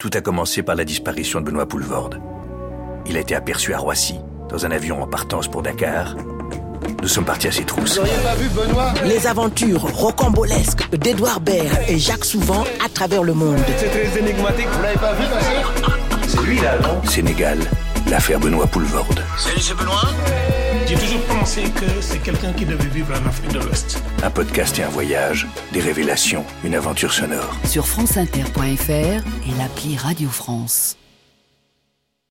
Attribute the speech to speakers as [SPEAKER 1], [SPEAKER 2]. [SPEAKER 1] Tout a commencé par la disparition de Benoît Poulvorde. Il a été aperçu à Roissy, dans un avion en partance pour Dakar. Nous sommes partis à ses trousses.
[SPEAKER 2] pas vu Benoît
[SPEAKER 3] Les aventures rocambolesques d'Edouard Baird et Jacques Souvent à travers le monde.
[SPEAKER 2] C'est très énigmatique, vous l'avez pas vu ma soeur C'est lui là, non
[SPEAKER 1] Sénégal, l'affaire Benoît Poulvorde.
[SPEAKER 4] J'ai toujours pensé que c'est quelqu'un qui devait vivre en Afrique de l'Ouest.
[SPEAKER 1] Un podcast et un voyage, des révélations, une aventure sonore.
[SPEAKER 5] sur franceinter.fr et l'appli Radio France.